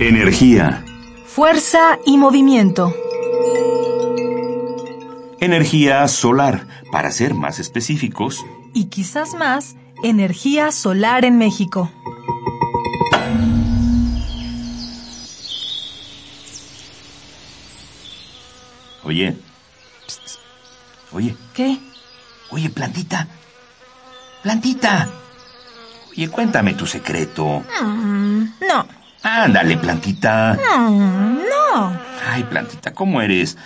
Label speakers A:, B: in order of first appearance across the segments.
A: Energía.
B: Fuerza y movimiento.
A: Energía solar, para ser más específicos.
B: Y quizás más, energía solar en México.
A: Oye. Oye.
B: ¿Qué?
A: Oye, plantita. Plantita. Oye, cuéntame tu secreto.
C: No.
A: Ándale, plantita.
C: Mm, No.
A: Ay, plantita, ¿cómo eres?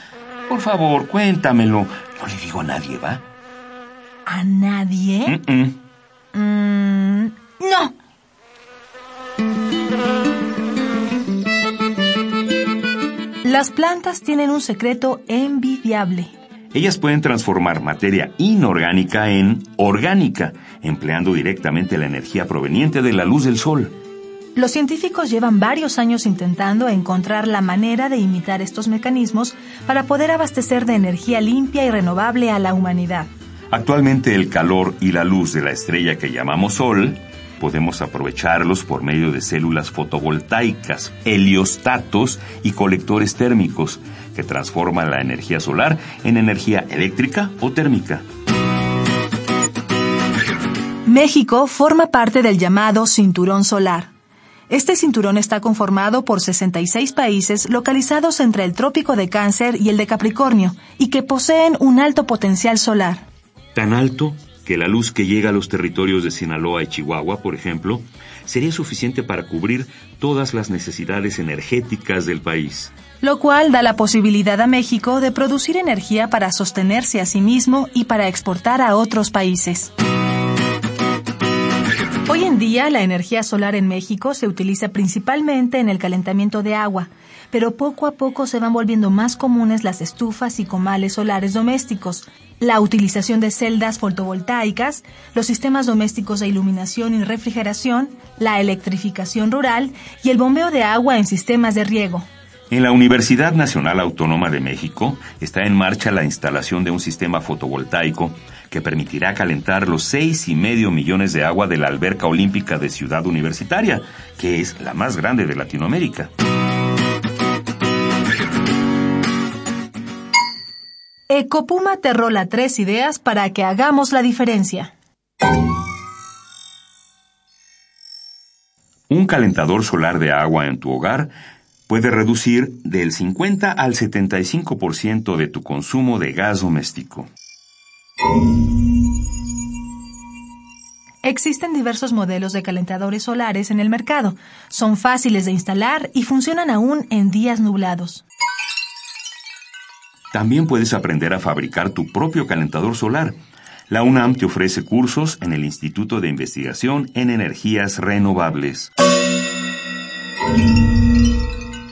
A: Por favor, cuéntamelo. No le digo a nadie, ¿va?
C: ¿A nadie?
A: Mm-mm.
C: Mm, No.
B: Las plantas tienen un secreto envidiable.
A: Ellas pueden transformar materia inorgánica en orgánica, empleando directamente la energía proveniente de la luz del sol.
B: Los científicos llevan varios años intentando encontrar la manera de imitar estos mecanismos para poder abastecer de energía limpia y renovable a la humanidad.
A: Actualmente el calor y la luz de la estrella que llamamos Sol podemos aprovecharlos por medio de células fotovoltaicas, heliostatos y colectores térmicos que transforman la energía solar en energía eléctrica o térmica.
B: México forma parte del llamado Cinturón Solar. Este cinturón está conformado por 66 países localizados entre el Trópico de Cáncer y el de Capricornio, y que poseen un alto potencial solar.
A: Tan alto que la luz que llega a los territorios de Sinaloa y Chihuahua, por ejemplo, sería suficiente para cubrir todas las necesidades energéticas del país.
B: lo cual da la posibilidad a México de producir energía para sostenerse a sí mismo y para exportar a otros países. Hoy en día la energía solar en México se utiliza principalmente en el calentamiento de agua, pero poco a poco se van volviendo más comunes las estufas y comales solares domésticos, la utilización de celdas fotovoltaicas, los sistemas domésticos de iluminación y refrigeración, la electrificación rural y el bombeo de agua en sistemas de riego.
A: En la Universidad Nacional Autónoma de México está en marcha la instalación de un sistema fotovoltaico que permitirá calentar los seis y medio millones de agua de la alberca olímpica de Ciudad Universitaria, que es la más grande de Latinoamérica.
B: Ecopuma te rola tres ideas para que hagamos la diferencia.
A: Un calentador solar de agua en tu hogar puede reducir del 50 al 75% de tu consumo de gas doméstico.
B: Existen diversos modelos de calentadores solares en el mercado. Son fáciles de instalar y funcionan aún en días nublados.
A: También puedes aprender a fabricar tu propio calentador solar. La UNAM te ofrece cursos en el Instituto de Investigación en Energías Renovables.